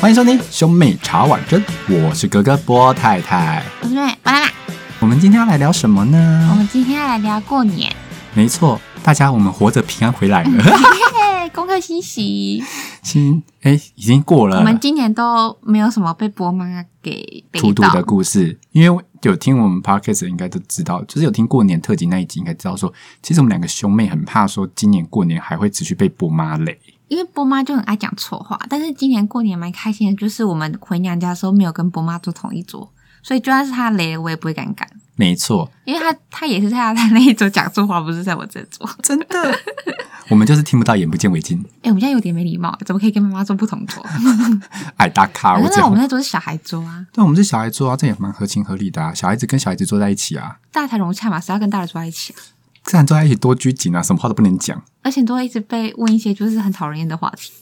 欢迎收听兄妹茶碗蒸，我是格格波太太。我是妹，巴啦啦。我们今天要来聊什么我呢？们今天要来聊过 年，没错，大家我们活着平安回来嗯了，嘿，功课欣喜。 新哎已经过我了们今年都没有什么被波妈给背兔兔到的，故事，因为有听我们 podcast 的应该都知道，就是有听过年特辑那一集，应该知道说，其实我们两个兄妹很怕说今年过年还会持续被波妈累。因为波妈就很爱讲错话。但是今年过年蛮开心的，就是我们回娘家的时候没有跟波妈坐同一桌，所以就算是她雷了，我也不会尴尬，没错，因为她她也是在她的那一桌讲错话，不是在我这桌。真的， 我们就是听不到，眼不见为净，哎、我们现在有点没礼貌，怎么可以跟妈妈坐不同 桌？矮大咖。反我正这那样我们，那桌是小孩桌啊，但我们是小孩做啊，这也蛮合情合理的啊。小孩子跟小孩子坐在一起啊，大才融洽嘛，谁要跟大的坐在一起啊？自然坐在一起多拘谨啊，什么话都不能讲而且都会一直被问一些就是很讨人厌的话题。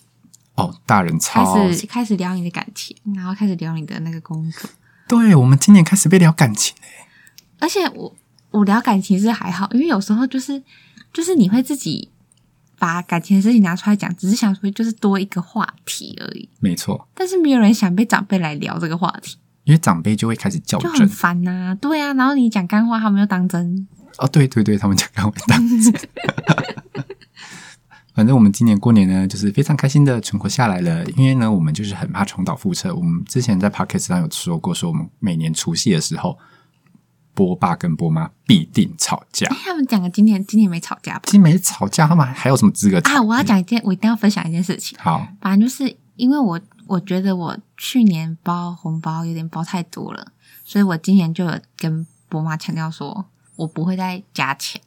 哦。大人开超，始开始聊你的感情，然后开始聊你的那个工作。对我们今年开始被聊感情了而且我我聊感情是还好，因为有时候就是就是你会自己把感情的事情拿出来讲，只是想说就是多一个话题而已。没错，但是没有人想被长辈来聊这个话题，因为长辈就会开始较就很真烦呐、对啊，然后你讲干话，他们又当真。哦，对对对，他们讲干我当子。 反正我们今年过年呢，就是非常开心的存活下来了。因为呢，我们就是很怕重蹈覆辙。我们之前在 p o c k e t 上有说过，说我们每年除夕的时候，波爸跟波妈必定吵架哎。，他们讲个今年今年没吵架吧？其实没吵架，他们还有什么资格吵？啊，我要讲一件，我一定要分享一件事情。好，反正就是因为我我觉得我去年包红包有点包太多了，所以我今年就有跟波妈强调说，我不会再加钱。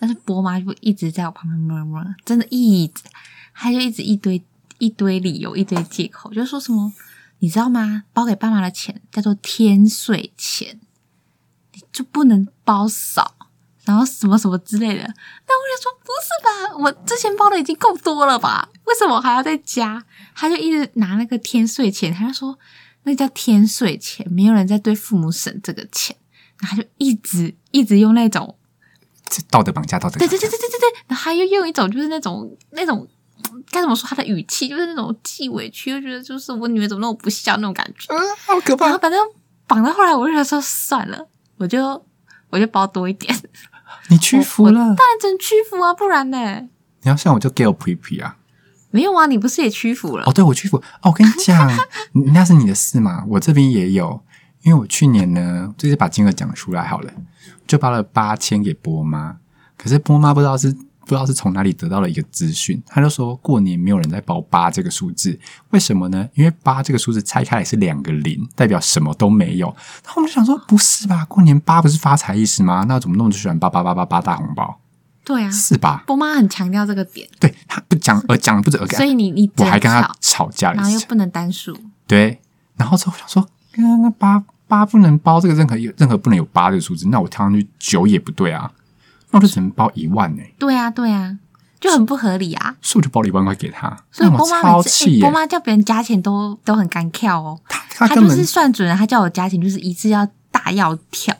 但是波妈就一直在我旁边摸摸，真的一直，她就一直一堆一堆理由，一堆借口，就说什么你知道吗？包给爸妈的钱叫做天税钱，你就不能包少。然后什么什么之类的，那我就说不是吧，我之前包的已经够多了吧，为什么还要再加？他就一直拿那个天税钱，他就说那叫天税钱，没有人在对父母省这个钱，然后他就一直一直用那种，这道德绑架，道德对绑对架。对对对对对，然后他又用一种就是那种那种该怎么说他的语气，就是那种既委屈又觉得就是我女儿怎么那么不孝那种感觉，嗯，好可然后怕！反正绑到后来我就想说算了，我就我就包多一点，你屈服我了，当然只能屈服啊，不然呢？你要像我就 g a l p r e p 啊。没有啊，你不是也屈服了？哦，对，我屈服。哦，我跟你讲， 那是你的事嘛，我这边也有。因为我去年呢，就是把金额讲出来好了，就包了八千给波妈。可是波妈不知道是不知道是从哪里得到了一个资讯，她就说过年没有人在包八这个数字，为什么呢？因为八这个数字拆开来是两个零，代表什么都没有。然后我们就想说，不是吧？过年八不是发财意思吗？那怎么那么喜欢八八八八八大红包？对啊，是吧？波妈很强调这个点，对他不讲，而讲不止而给所以你你只啊我能还跟他吵，吵架了然一后次，又不能单数，对，然后之后我想说，嗯那八八不能包这个任何有任何不能有八这个数字，那我跳上去九也不对啊，那我就只能包一万呢、对啊对啊，就很不合理啊。所以我就包了一万块给他，所以让我波妈超每次、气欸、耶、波妈叫别人加钱都都很干跳哦，他她他就根是本算准了，她叫我加钱就是一次要大要跳，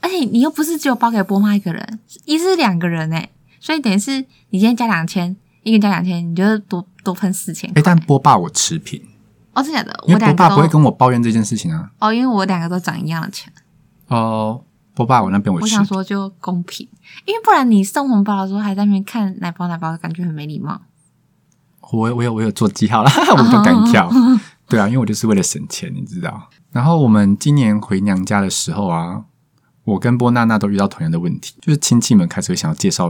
而且你又不是只有包给波妈一个人，一次是两个人哎、所以等于是你今天加两千，一个人加两千，你就多多分四千哎、。但波爸我持平，哦，真的假的？因为我波两爸个不会都跟我抱怨这件事情啊。哦，因为我两个都涨一样的钱。哦，波爸我那边我我持想说就公平，因为不然你送红包的时候还在那边看奶包奶包，感觉很没礼貌。我我有我有做记号啦， 我都敢跳。哦 对啊，因为我就是为了省钱，你知道。然后我们今年回娘家的时候啊，我跟波娜娜都遇到同样的问题，就是亲戚们开始会想要介绍，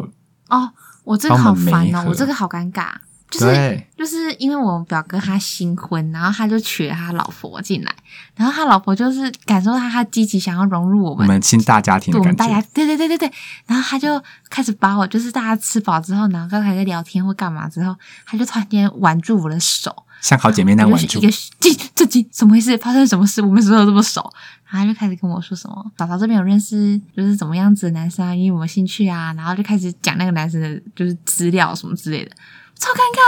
哦，我这个好帮我们烦媒哦合，我这个好尴尬，就是对，就是因为我表哥他新婚，然后他就娶了他老婆进来，然后他老婆就是感受到他积极想要融入我我们，们新大家庭的对我们感大家觉，对对对对对，然后他就开始把我就是大家吃饱之后，然后刚才在聊天或干嘛之后，他就突然间挽住我的手，像好姐妹那我样玩就是住一。个这这这怎么回事？发生什么事？我们怎么这么熟？然后他就开始跟我说什么，嫂嫂这边有认识就是怎么样子的男生啊，你有没有兴趣啊？然后就开始讲那个男生的就是资料什么之类的，超尴尬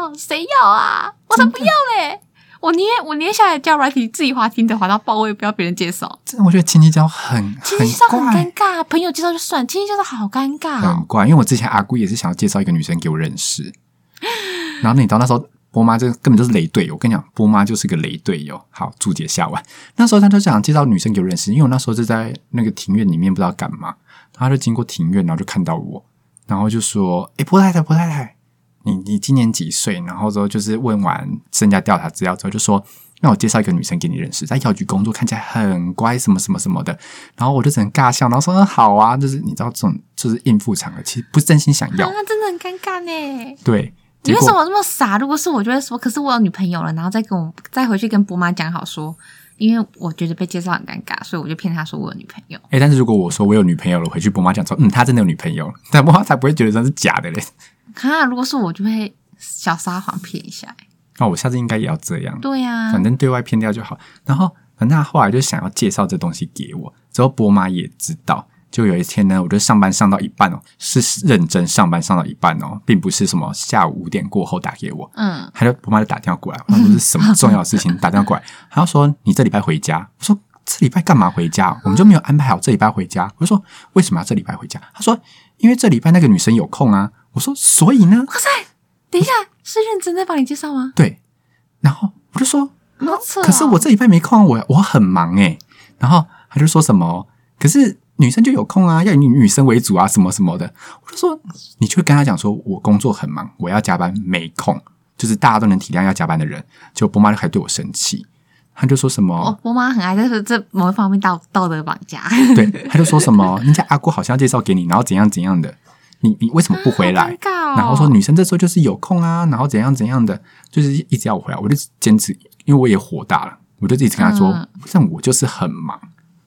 的好不好？谁要啊？我才不要嘞！我宁愿我宁愿下来教软体自己滑听的滑到爆，我也不要别人介绍。真的，我觉得亲戚交很亲戚介绍很怪尴，尬，朋友介绍就算，亲戚介绍好尴尬、很哦。怪。因为我之前阿姑也是想要介绍一个女生给我认识，然后你到那时候波妈这根本就是雷队友，我跟你讲，波妈就是个雷队友。好，注解下完，那时候他就想介绍女生给我认识，因为我那时候就在那个庭院里面不知道干嘛，他就经过庭院，然后就看到我，然后就说：“诶，波太太，波太太，你你今年几岁？”然后之后就是问完身家调查资料之后，就说：“那我介绍一个女生给你认识，在药局工作，看起来很乖，什么什么什么的。”然后我就只能尬笑，然后说：“嗯，好啊。”就是你知道这种就是应付场合，其实不是真心想要，啊，真的很尴尬呢。对。你结为果什么那么傻？如果是我，就会说，可是我有女朋友了，然后再跟我再回去跟伯妈讲好说，因为我觉得被介绍很尴尬，所以我就骗他说我有女朋友。哎、但是如果我说我有女朋友了，回去波妈讲说，嗯，他真的有女朋友了，但波妈才不会觉得这是假的嘞。啊，如果是我，就会小撒谎骗一下。那、哦我下次应该也要这样，对啊呀、反正对外骗掉就好。然后，反正他后来就想要介绍这东西给我，之后波妈也知道。就有一天呢，我就上班上到一半哦，是认真上班上到一半哦，并不是什么下午五点过后打给我，嗯，他就我妈就打电话过来，我想说是什么重要的事情打电话过来，他就说你这礼拜回家，我说这礼拜干嘛回家？我们就没有安排好这礼拜回家，我就说为什么要这礼拜回家？他说因为这礼拜那个女生有空啊，我说所以呢，哇塞，等一下，是认真在帮你介绍吗？对，然后我就说好扯、哦可是我，这礼拜没空啊，我我很忙诶、然后他就说什么，可是女生就有空啊，要以女生为主啊，什么什么的。我就说，你就跟他讲说，我工作很忙，我要加班，没空。就是大家都能体谅要加班的人，就波妈就还对我生气，他就说什么，哦我伯妈很爱在这这某一方面道道德绑架，对，他就说什么， 人家阿姑好像要介绍给你，然后怎样怎样的，你你为什么不回好来尴？尬哦、然后说女生这时候就是有空啊，然后怎样怎样的，就是一直要我回来，我就坚持，因为我也火大了，我就一直跟他说，嗯但我就是很忙，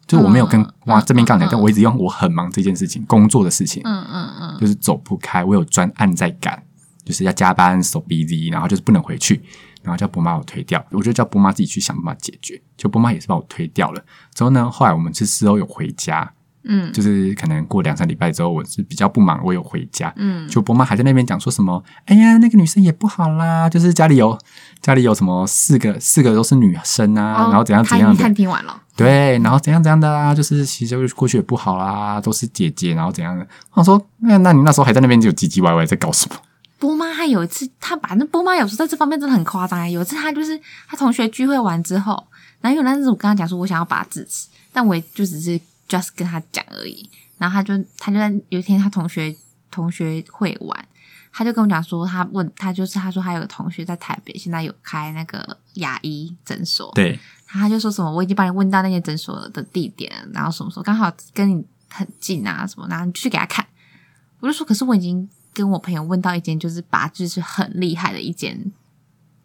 就是我没有跟嗯哇嗯这边杠嗯讲，嗯但我一直用我很忙这件事情，工作的事情，嗯嗯嗯，就是走不开，我有专案在赶，就是要加班，so busy，然后就是不能回去，然后叫波妈把我推掉，我就叫波妈自己去想办法解决，就波妈也是把我推掉了。之后呢，后来我们是事后有回家，嗯就是可能过两三礼拜之后，我是比较不忙，我有回家，嗯，就伯妈还在那边讲说什么，哎呀，那个女生也不好啦，就是家里有家里有什么四个四个都是女生啊，哦然后怎样怎样他他的，听完了，对，然后怎样怎样的啦，就是其实就是过去也不好啦，都是姐姐，然后怎样的。我想说，那那你那时候还在那边就唧唧歪歪在搞什么？波妈她有一次，她把那波妈有时候在这方面真的很夸张、欸。有一次她就是她同学聚会完之后，然后有那阵子我跟她讲说，我想要拔智齿，但我也就只是 just 跟她讲而已。然后她就她就在有一天她同学同学会玩，她就跟我讲说，她问她就是她说她有个同学在台北，现在有开那个牙医诊所，对，然后他就说什么我已经帮你问到那些诊所的地点，然后什么时候刚好跟你很近啊什么，然后你去给他看。我就说，可是我已经跟我朋友问到一间就是拔智是很厉害的一间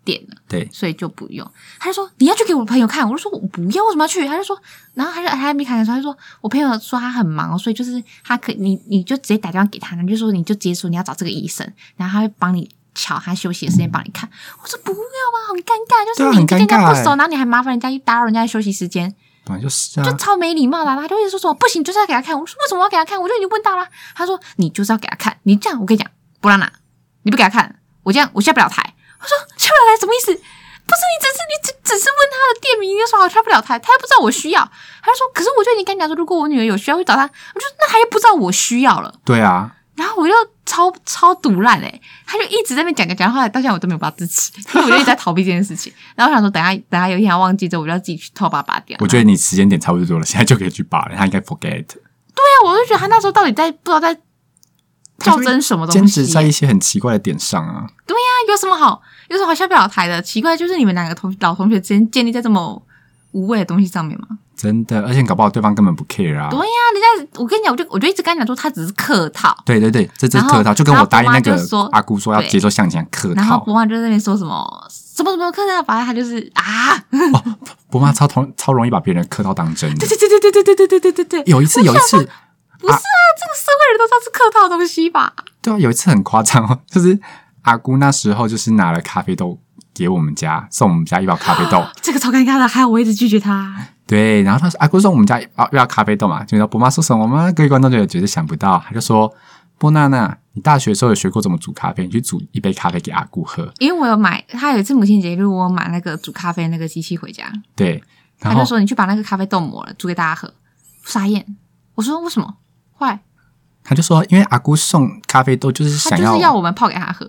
店了，对所以就不用。他就说你要去给我朋友看，我就说我不要，为什么要去？他就说，然后他就他还没看的时候，他就说我朋友说他很忙，所以就是他可你你就直接打电话给他，你就说你就直接说你要找这个医生，然后他会帮你瞧他休息的时间帮你看。我说不要啊，很尴尬，就对啊是你很跟尴人家尬不欸熟，然后你还麻烦人家去打扰人家的休息时间，本来就是就啊，超没礼貌的啊、然后他就一直说什么不行，就是要给他看。我说为什么我要给他看？我就已经问到啦。他说你就是要给他看，你这样我跟你讲，不让拿，你不给他看，我这样我下不了台。我说下不了台什么意思？不是你只是你只只是问他的店名，你就说我下不了台，他又不知道我需要。他就说可是我就已经跟你讲说，如果我女儿有需要会找他，我就说那他又不知道我需要了。对啊，然后我又超超毒烂哎、他就一直在那边讲讲讲，后来到现在我都没有拔智齿，因为我就一直在逃避这件事情。然后我想说，等下等下有一天他忘记之后，我就要自己去偷拔拔掉。我觉得你时间点差不多了，现在就可以去拔了，他应 该 forget。对啊，我就觉得他那时候到底在不知道在较真什么东西、啊坚持在一些很奇怪的点上啊，那有什么好有什么好下不了台的？奇怪，就是你们两个同老同学之间建立在这么无谓的东西上面嘛？真的，而且搞不好对方根本不 care 啊对。呀、人家我跟你讲，我就我就一直跟他讲说，他只是客套。对对对，这这然后客套，就跟然我后答应伯妈那就个说阿姑说要对接受向前客然后套博。望就在那边说什么什么什么客套，反正他就是啊，伯妈超同超容易把别人的客套当真的对。对对对对对对对对对对，有一次，有一次，不是啊，这个社会人都知道是客套的东西吧？对啊，有一次很夸张哦， 就是阿姑那时候就是拿了咖啡豆给我们家，送我们家一包咖啡豆。这个超尴尬的，还有我一直拒绝他， 对，然后她说阿姑送我们家一包一包咖啡豆嘛，就说伯妈说什么吗？各位观众就绝对想不到，她就说波娜娜，你大学的时候有学过怎么煮咖啡？你去煮一杯咖啡给阿姑喝。因为我有买，他有一次母亲节日，我有买那个煮咖啡那个机器回家，对，然他后就说你去把那个咖啡豆磨了，煮给大家喝。傻眼，我说为什么？坏，她就说，因为阿姑送咖啡豆就是他想就要啊是要我们泡给他喝。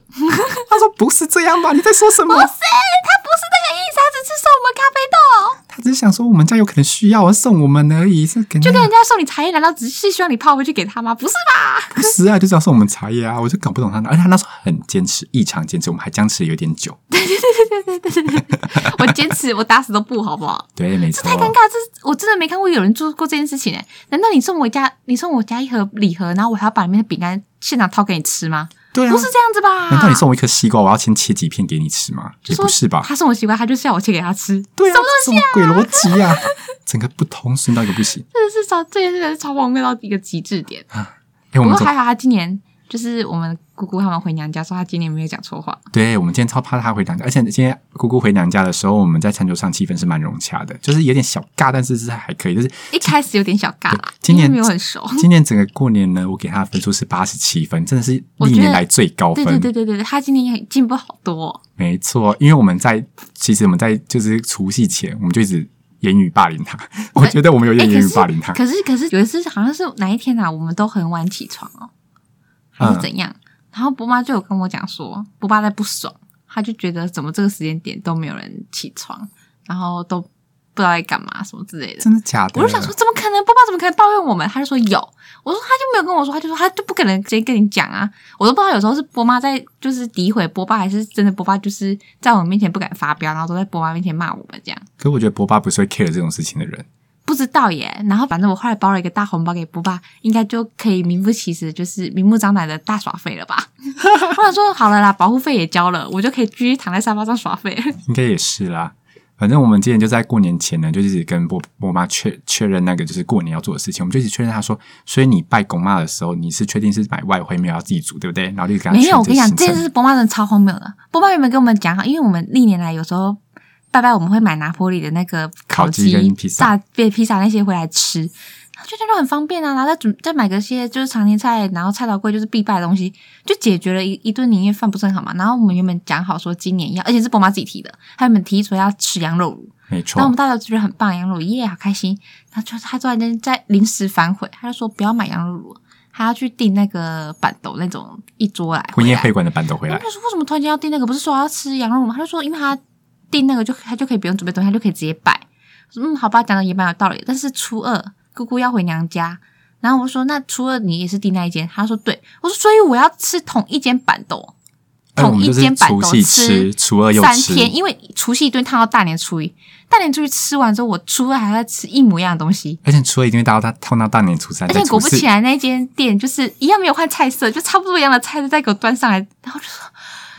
他说不是这样吧？你在说什么？他不是那个意思，他只是送我们咖啡 豆，他只是想说我们家有可能需要，送我们而已。这就跟人家送你茶叶，难道只是希望你泡回去给他吗？不是吧？ 不是啊，就是要送我们茶叶啊！我就搞不懂他，而且他那时候很坚持，异常坚持，我们还僵持有点久。我坚持，我打死都不，好不好？对，没错太，尴尬，这是我真的没看过有人做过这件事情哎、难道你送我家，你送我家一盒礼盒，然后我还要把里面的饼干现场掏给你吃吗？对啊不。是这样子吧？难道你送我一颗西瓜，我要先切几片给你吃吗？就也说不是吧？他送我西瓜，他就是要我切给他吃，对啊，这什么鬼逻辑啊？ 整个不通顺到一个不行。真的是超，这件事情是超荒谬到一个极致点。哎，我们不过怎么还好，他今年就是我们姑姑他们回娘家说，他今年没有讲错话。对，我们今天超怕他回娘家，而且今天姑姑回娘家的时候，我们在餐桌上气氛是蛮融洽的，就是有点小尬，但是是还可以。就是一开始有点小尬啦，今因为年没有很熟。今年整个过年呢，我给他的分数是八十七分，真的是我历觉得年来最高对分。对对对对，对他今年也进步好多哦、没错，因为我们在其实我们在就是除夕前，我们就一直言语霸凌他。 我觉得我们有哎点可言语是霸凌他。可是可是有一次好像是哪一天啊，我们都很晚起床哦，嗯还是怎样？然后伯妈就有跟我讲说，伯爸在不爽，他就觉得怎么这个时间点都没有人起床，然后都不知道在干嘛什么之类的。真的假的？我就想说，，怎么可能？波爸怎么可能抱怨我们？他就说有。我说他就没有跟我说，他就说他就不可能直接跟你讲啊。我都不知道有时候是波妈在就是诋毁波爸，还是真的波爸就是在我们面前不敢发飙，然后都在波妈面前骂我们这样。可我觉得波爸不是会 care 这种事情的人。不知道耶。然后反正我后来包了一个大红包给波爸，应该就可以名不其实，就是 明目张胆的大耍废了吧。后来说好了啦，保护费也交了，我就可以继续躺在沙发上耍废了。应该也是啦。反正我们之前就在过年前呢，就一直跟波波妈确确认那个就是过年要做的事情，我们就一直确认她说，所以你拜公妈的时候，你是确定是买外汇没有要自己煮，对不对？然后就跟她没确有，认我跟你讲，行这件程事波妈真的超荒谬的。波妈原本跟我们讲好，因为我们历年来有时候拜拜，我们会买拿坡里的那个烤鸡鸡、跟披萨炸对披萨那些回来吃，然后觉得都很方便啊，然后再准再买个些就是常年菜，然后菜刀柜就是必败的东西，就解决了一一顿年夜饭，不是很好嘛？然后我们原本讲好说今年要，而且是波妈自己提的，她原本提出要吃羊肉炉，没然后我错们，大家都觉得很棒，羊肉炉耶，好开心。然后就他突然间在临时反悔，他就说不要买羊肉炉，他要去订那个板豆那种一桌来婚回宴来会馆的板豆回然来后，他说为什么突然间要订那个？不是说要吃羊肉炉吗？他就说因为他订那个就他就可以不用准备东西，他就可以直接摆。我说嗯，好吧，讲的也蛮有道理。但是初二姑姑要回娘家，然后我说那初二你也是订那一间？他说对。我说所以我要吃同一间板豆，哎，我同们一就是间板除豆夕吃，初二又三呃吃，天，因为除夕一顿烫到大年初一，大年初一吃完之后，我初二还在吃一模一样的东西。而且初二一定会到他套到大年初三，而再且初果不四其，然，那间店就是一样没有换菜色，就差不多一样的菜色再给我端上来，然后就说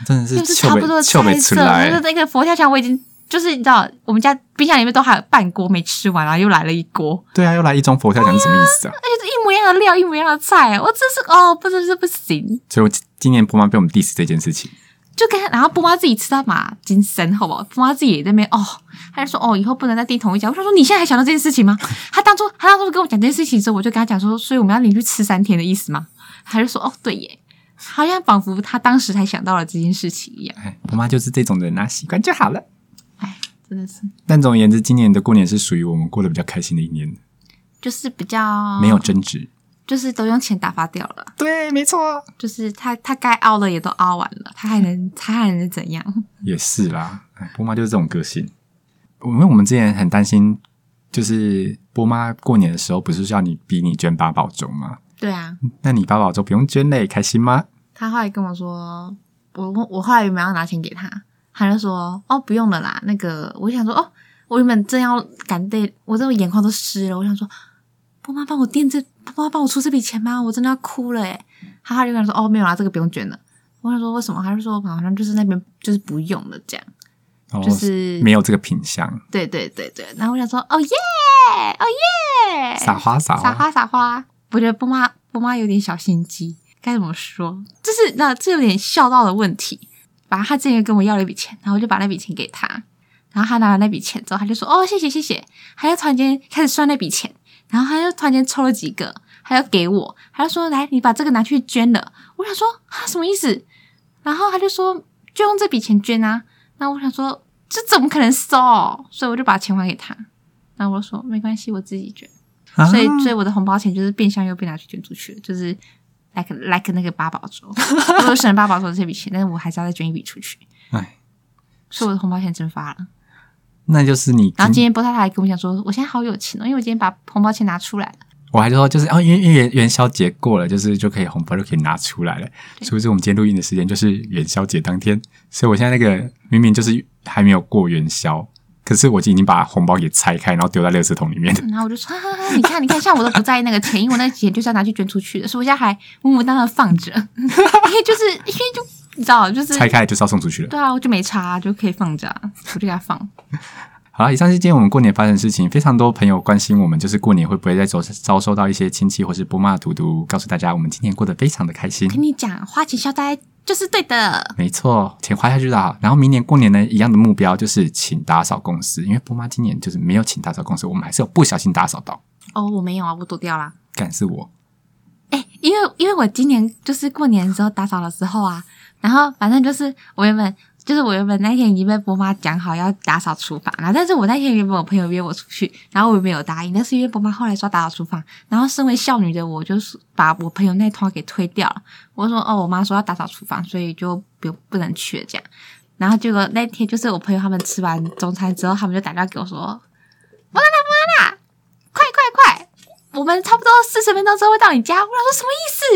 真的是就是秋差不多北的秋菜北出色，就是来，那个佛跳墙我已经就是你知道，我们家冰箱里面都还有半锅没吃完，然后又来了一锅，对啊，又来一盅佛跳墙是什么意思啊？而且是一模一样的料，一模一样的菜，我真是哦，不是这不行。所以我今年波妈被我们 diss 这件事情，就跟他然后波妈自己吃到马金身，好不好？波妈自己也在那边哦，他就说哦，以后不能再订同一家。我想说你现在还想到这件事情吗？他当初他当初跟我讲这件事情的时候，我就跟他讲说，所以我们要连续吃三天的意思吗？他就说哦，对耶，好像仿佛他当时才想到了这件事情一样。哎，波妈就是这种人啊，习惯就好了。哎，真的是，但总而言之，今年的过年是属于我们过得比较开心的一年，就是比较没有，争执。就是都用钱打发掉了。对，没错，就是他他该凹的也都凹完了，他还 能他还能怎样？ 也是啦。哎波妈就是这种个性。因为我们之前很担心，就是波妈过年的时候不是叫你逼你捐八宝粥吗？对啊，那你八宝粥不用捐嘞，开心吗？他后来跟我说，我问我后来原本要拿钱给他，他就说哦不用了啦，那个我想说哦，我原本正要感对我这个眼眶都湿了，我想说波妈帮我垫这，波妈帮我出这笔钱吗？我真的要哭了诶。他后来就跟我说哦没有啦，这个不用捐了。我想说为什么？他就说好像就是那边就是不用了这样，然后就是哦没有这个品相，对对对对。然后我想说哦耶哦耶，撒花撒撒花。花撒花，我觉得波妈波妈有点小心机，该怎么说？就是那这有点孝道的问题。反正他之前跟我要了一笔钱，然后我就把那笔钱给他，然后他拿了那笔钱之后，他就说：“哦，谢谢谢谢。”他就突然间开始算那笔钱，然后他就突然间抽了几个，他就给我，他就说：“来，你把这个拿去捐了。”我想说啊，什么意思？然后他就说：“就用这笔钱捐啊。”那我想说，这怎么可能收？所以我就把钱还给他。然后我就说：“没关系，我自己捐。”啊所以所以我的红包钱就是变相又被拿去捐出去了，就是 like like 那个八宝 粥，我省八宝粥这笔钱，但是我还是要再捐一笔出去，哎，所以我的红包钱蒸发了。那就是你然后今今天波太太还跟我讲说，我现在好有钱哦，因为我今天把红包钱拿出来了。我还说就是哦，因为因为元元宵节过了，就是就可以红包就可以拿出来了。对殊不知我们今天录音的时间就是元宵节当天，所以我现在那个明明就是还没有过元宵，可是我已经把红包给拆开，然后丢在垃圾桶里面。然后我就说，哈哈哈，你看，你看，像我都不在意那个钱，因为我那个钱就是要拿去捐出去的，所以我现在还默默荡荡 放着，因为就是因为就你知道，就是拆开来就是要送出去了。对啊，我就没差，就可以放着啊，我就给它放。好了，以上是今天我们过年发生的事情，非常多朋友关心我们，就是过年会不会再遭遭受到一些亲戚或是波骂毒毒，告诉大家我们今年过得非常的开心。跟你讲，花钱消灾就是对的，没错，钱花下去了。然后明年过年呢，一样的目标就是请打扫公司，因为波妈今年就是没有请打扫公司，我们还是有不小心打扫到，哦，我没有啊，我躲掉啦。感是我。哎、因为因为我今年就是过年的时候打扫的时候啊，然后反正就是我原本就是我原本那天已经被波妈讲好要打扫厨房，然后但是我那天原本我朋友约我出去，然后我也没有答应，但是因为波妈后来说打扫厨房，然后身为孝女的我就是把我朋友那通给推掉了，我说哦，我妈说要打扫厨房，所以就不不能去了这样。然后结果那天就是我朋友他们吃完中餐之后，他们就打电话给我说：“莫娜娜，莫娜娜，快快快，我们差不多四十分钟之后会到你家。我想说什么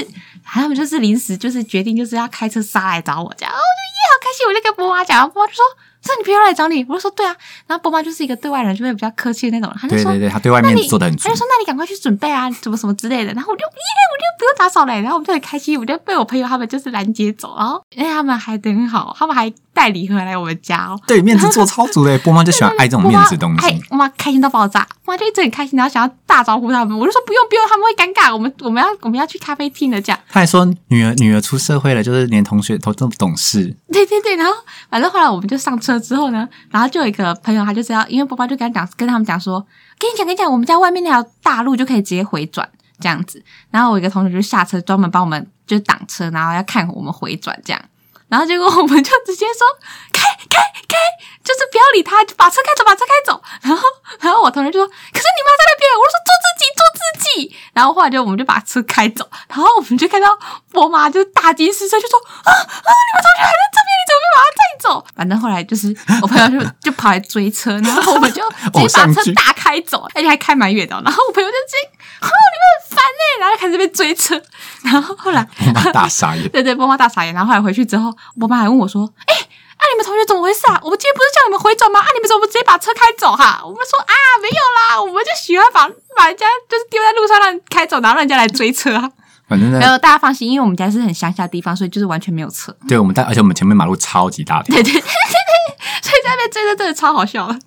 意思？他们就是临时就是决定就是要开车杀来找我家，然后我就耶好开心，我就跟波妈讲，然后波妈就说是你朋友来找你，我就说对啊，然后波妈就是一个对外人就会比较客气的那种，他就对说对对，他对外嗯那面你做的很足他就。哎说：“那你赶快去准备啊，什么什么之类的。”然后我就耶，我就不用打扫了、然后我就很开心，我就被我朋友他们就是拦截走，然后因为他们还很好，他们还带礼盒来我们家哦。对面子做超足的，波妈就喜欢爱这种面子东我妈哎西。我妈开心到爆炸，我妈就一直很开心，然后想要大招呼他们，我就说不用不用，他们会尴尬，我们我们要我们要去咖啡厅的这样。他还说女儿女儿出社会了，就是连同学都这么懂事，对对对，然后反正后来我们就上车之后呢，然后就有一个朋友，他就是要，因为爸爸就跟他讲，跟他们讲说，跟你讲跟你讲，我们家外面那条大路就可以直接回转这样子。然后我有一个同学就下车专门帮我们就是挡车，然后要看我们回转这样。然后结果我们就直接说 开开开，就是不要理他，就把车开走，把车开走。 然后然后我同学就说，可是你妈在那边，我就说做自己做自己。然后后来就我们就把车开走，然后我们就看到我妈就是大惊失色，就说 啊啊，你们同学还在这边，你怎么没把他带走？反正后来就是我朋友就就跑来追车，然后我们就直接把 偶像车剧大开走，而且还开蛮远的哦。然后我朋友就直接，哦，你们很烦呢、然后就开始被追车，然后后来波妈大傻 眼。对对，波妈大傻眼。然后后来回去之后，波妈还问我说：“哎、啊你们同学怎么回事啊？我们今天不是叫你们回转吗？啊你们怎么直接把车开走哈、我们说啊没有啦，我们就喜欢把把人家就是丢在路上让人开走，然后让人家来追车啊。反正呢然，后大家放心，因为我们家是很乡下的地方，所以就是完全没有车。对我们大，而且我们前面马路超级大条，对对对对对，所以在那边追车真的超好笑的。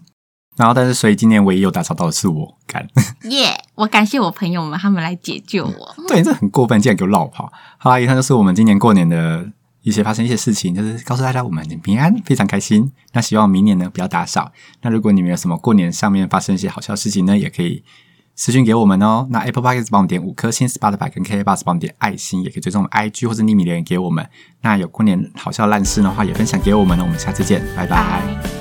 然后但是所以今年唯一有打扫到的是我，干。耶、我感谢我朋友们，他们来解救我。对，你这很过分，竟然给我绕跑。好啦，以上就是我们今年过年的一些发生一些事情，就是告诉大家我们很平安，非常开心。那希望明年呢不要打扫。那如果你们有什么过年上面发生一些好笑的事情呢，也可以私讯给我们哦。那 Apple Podcast 帮我们点五颗星，Spotify 跟 KK Bus 帮我们点爱心，也可以追踪我们 IG 或者匿名留言给我们。那有过年好笑的烂事的话，也分享给我们哦。我们下次见，拜拜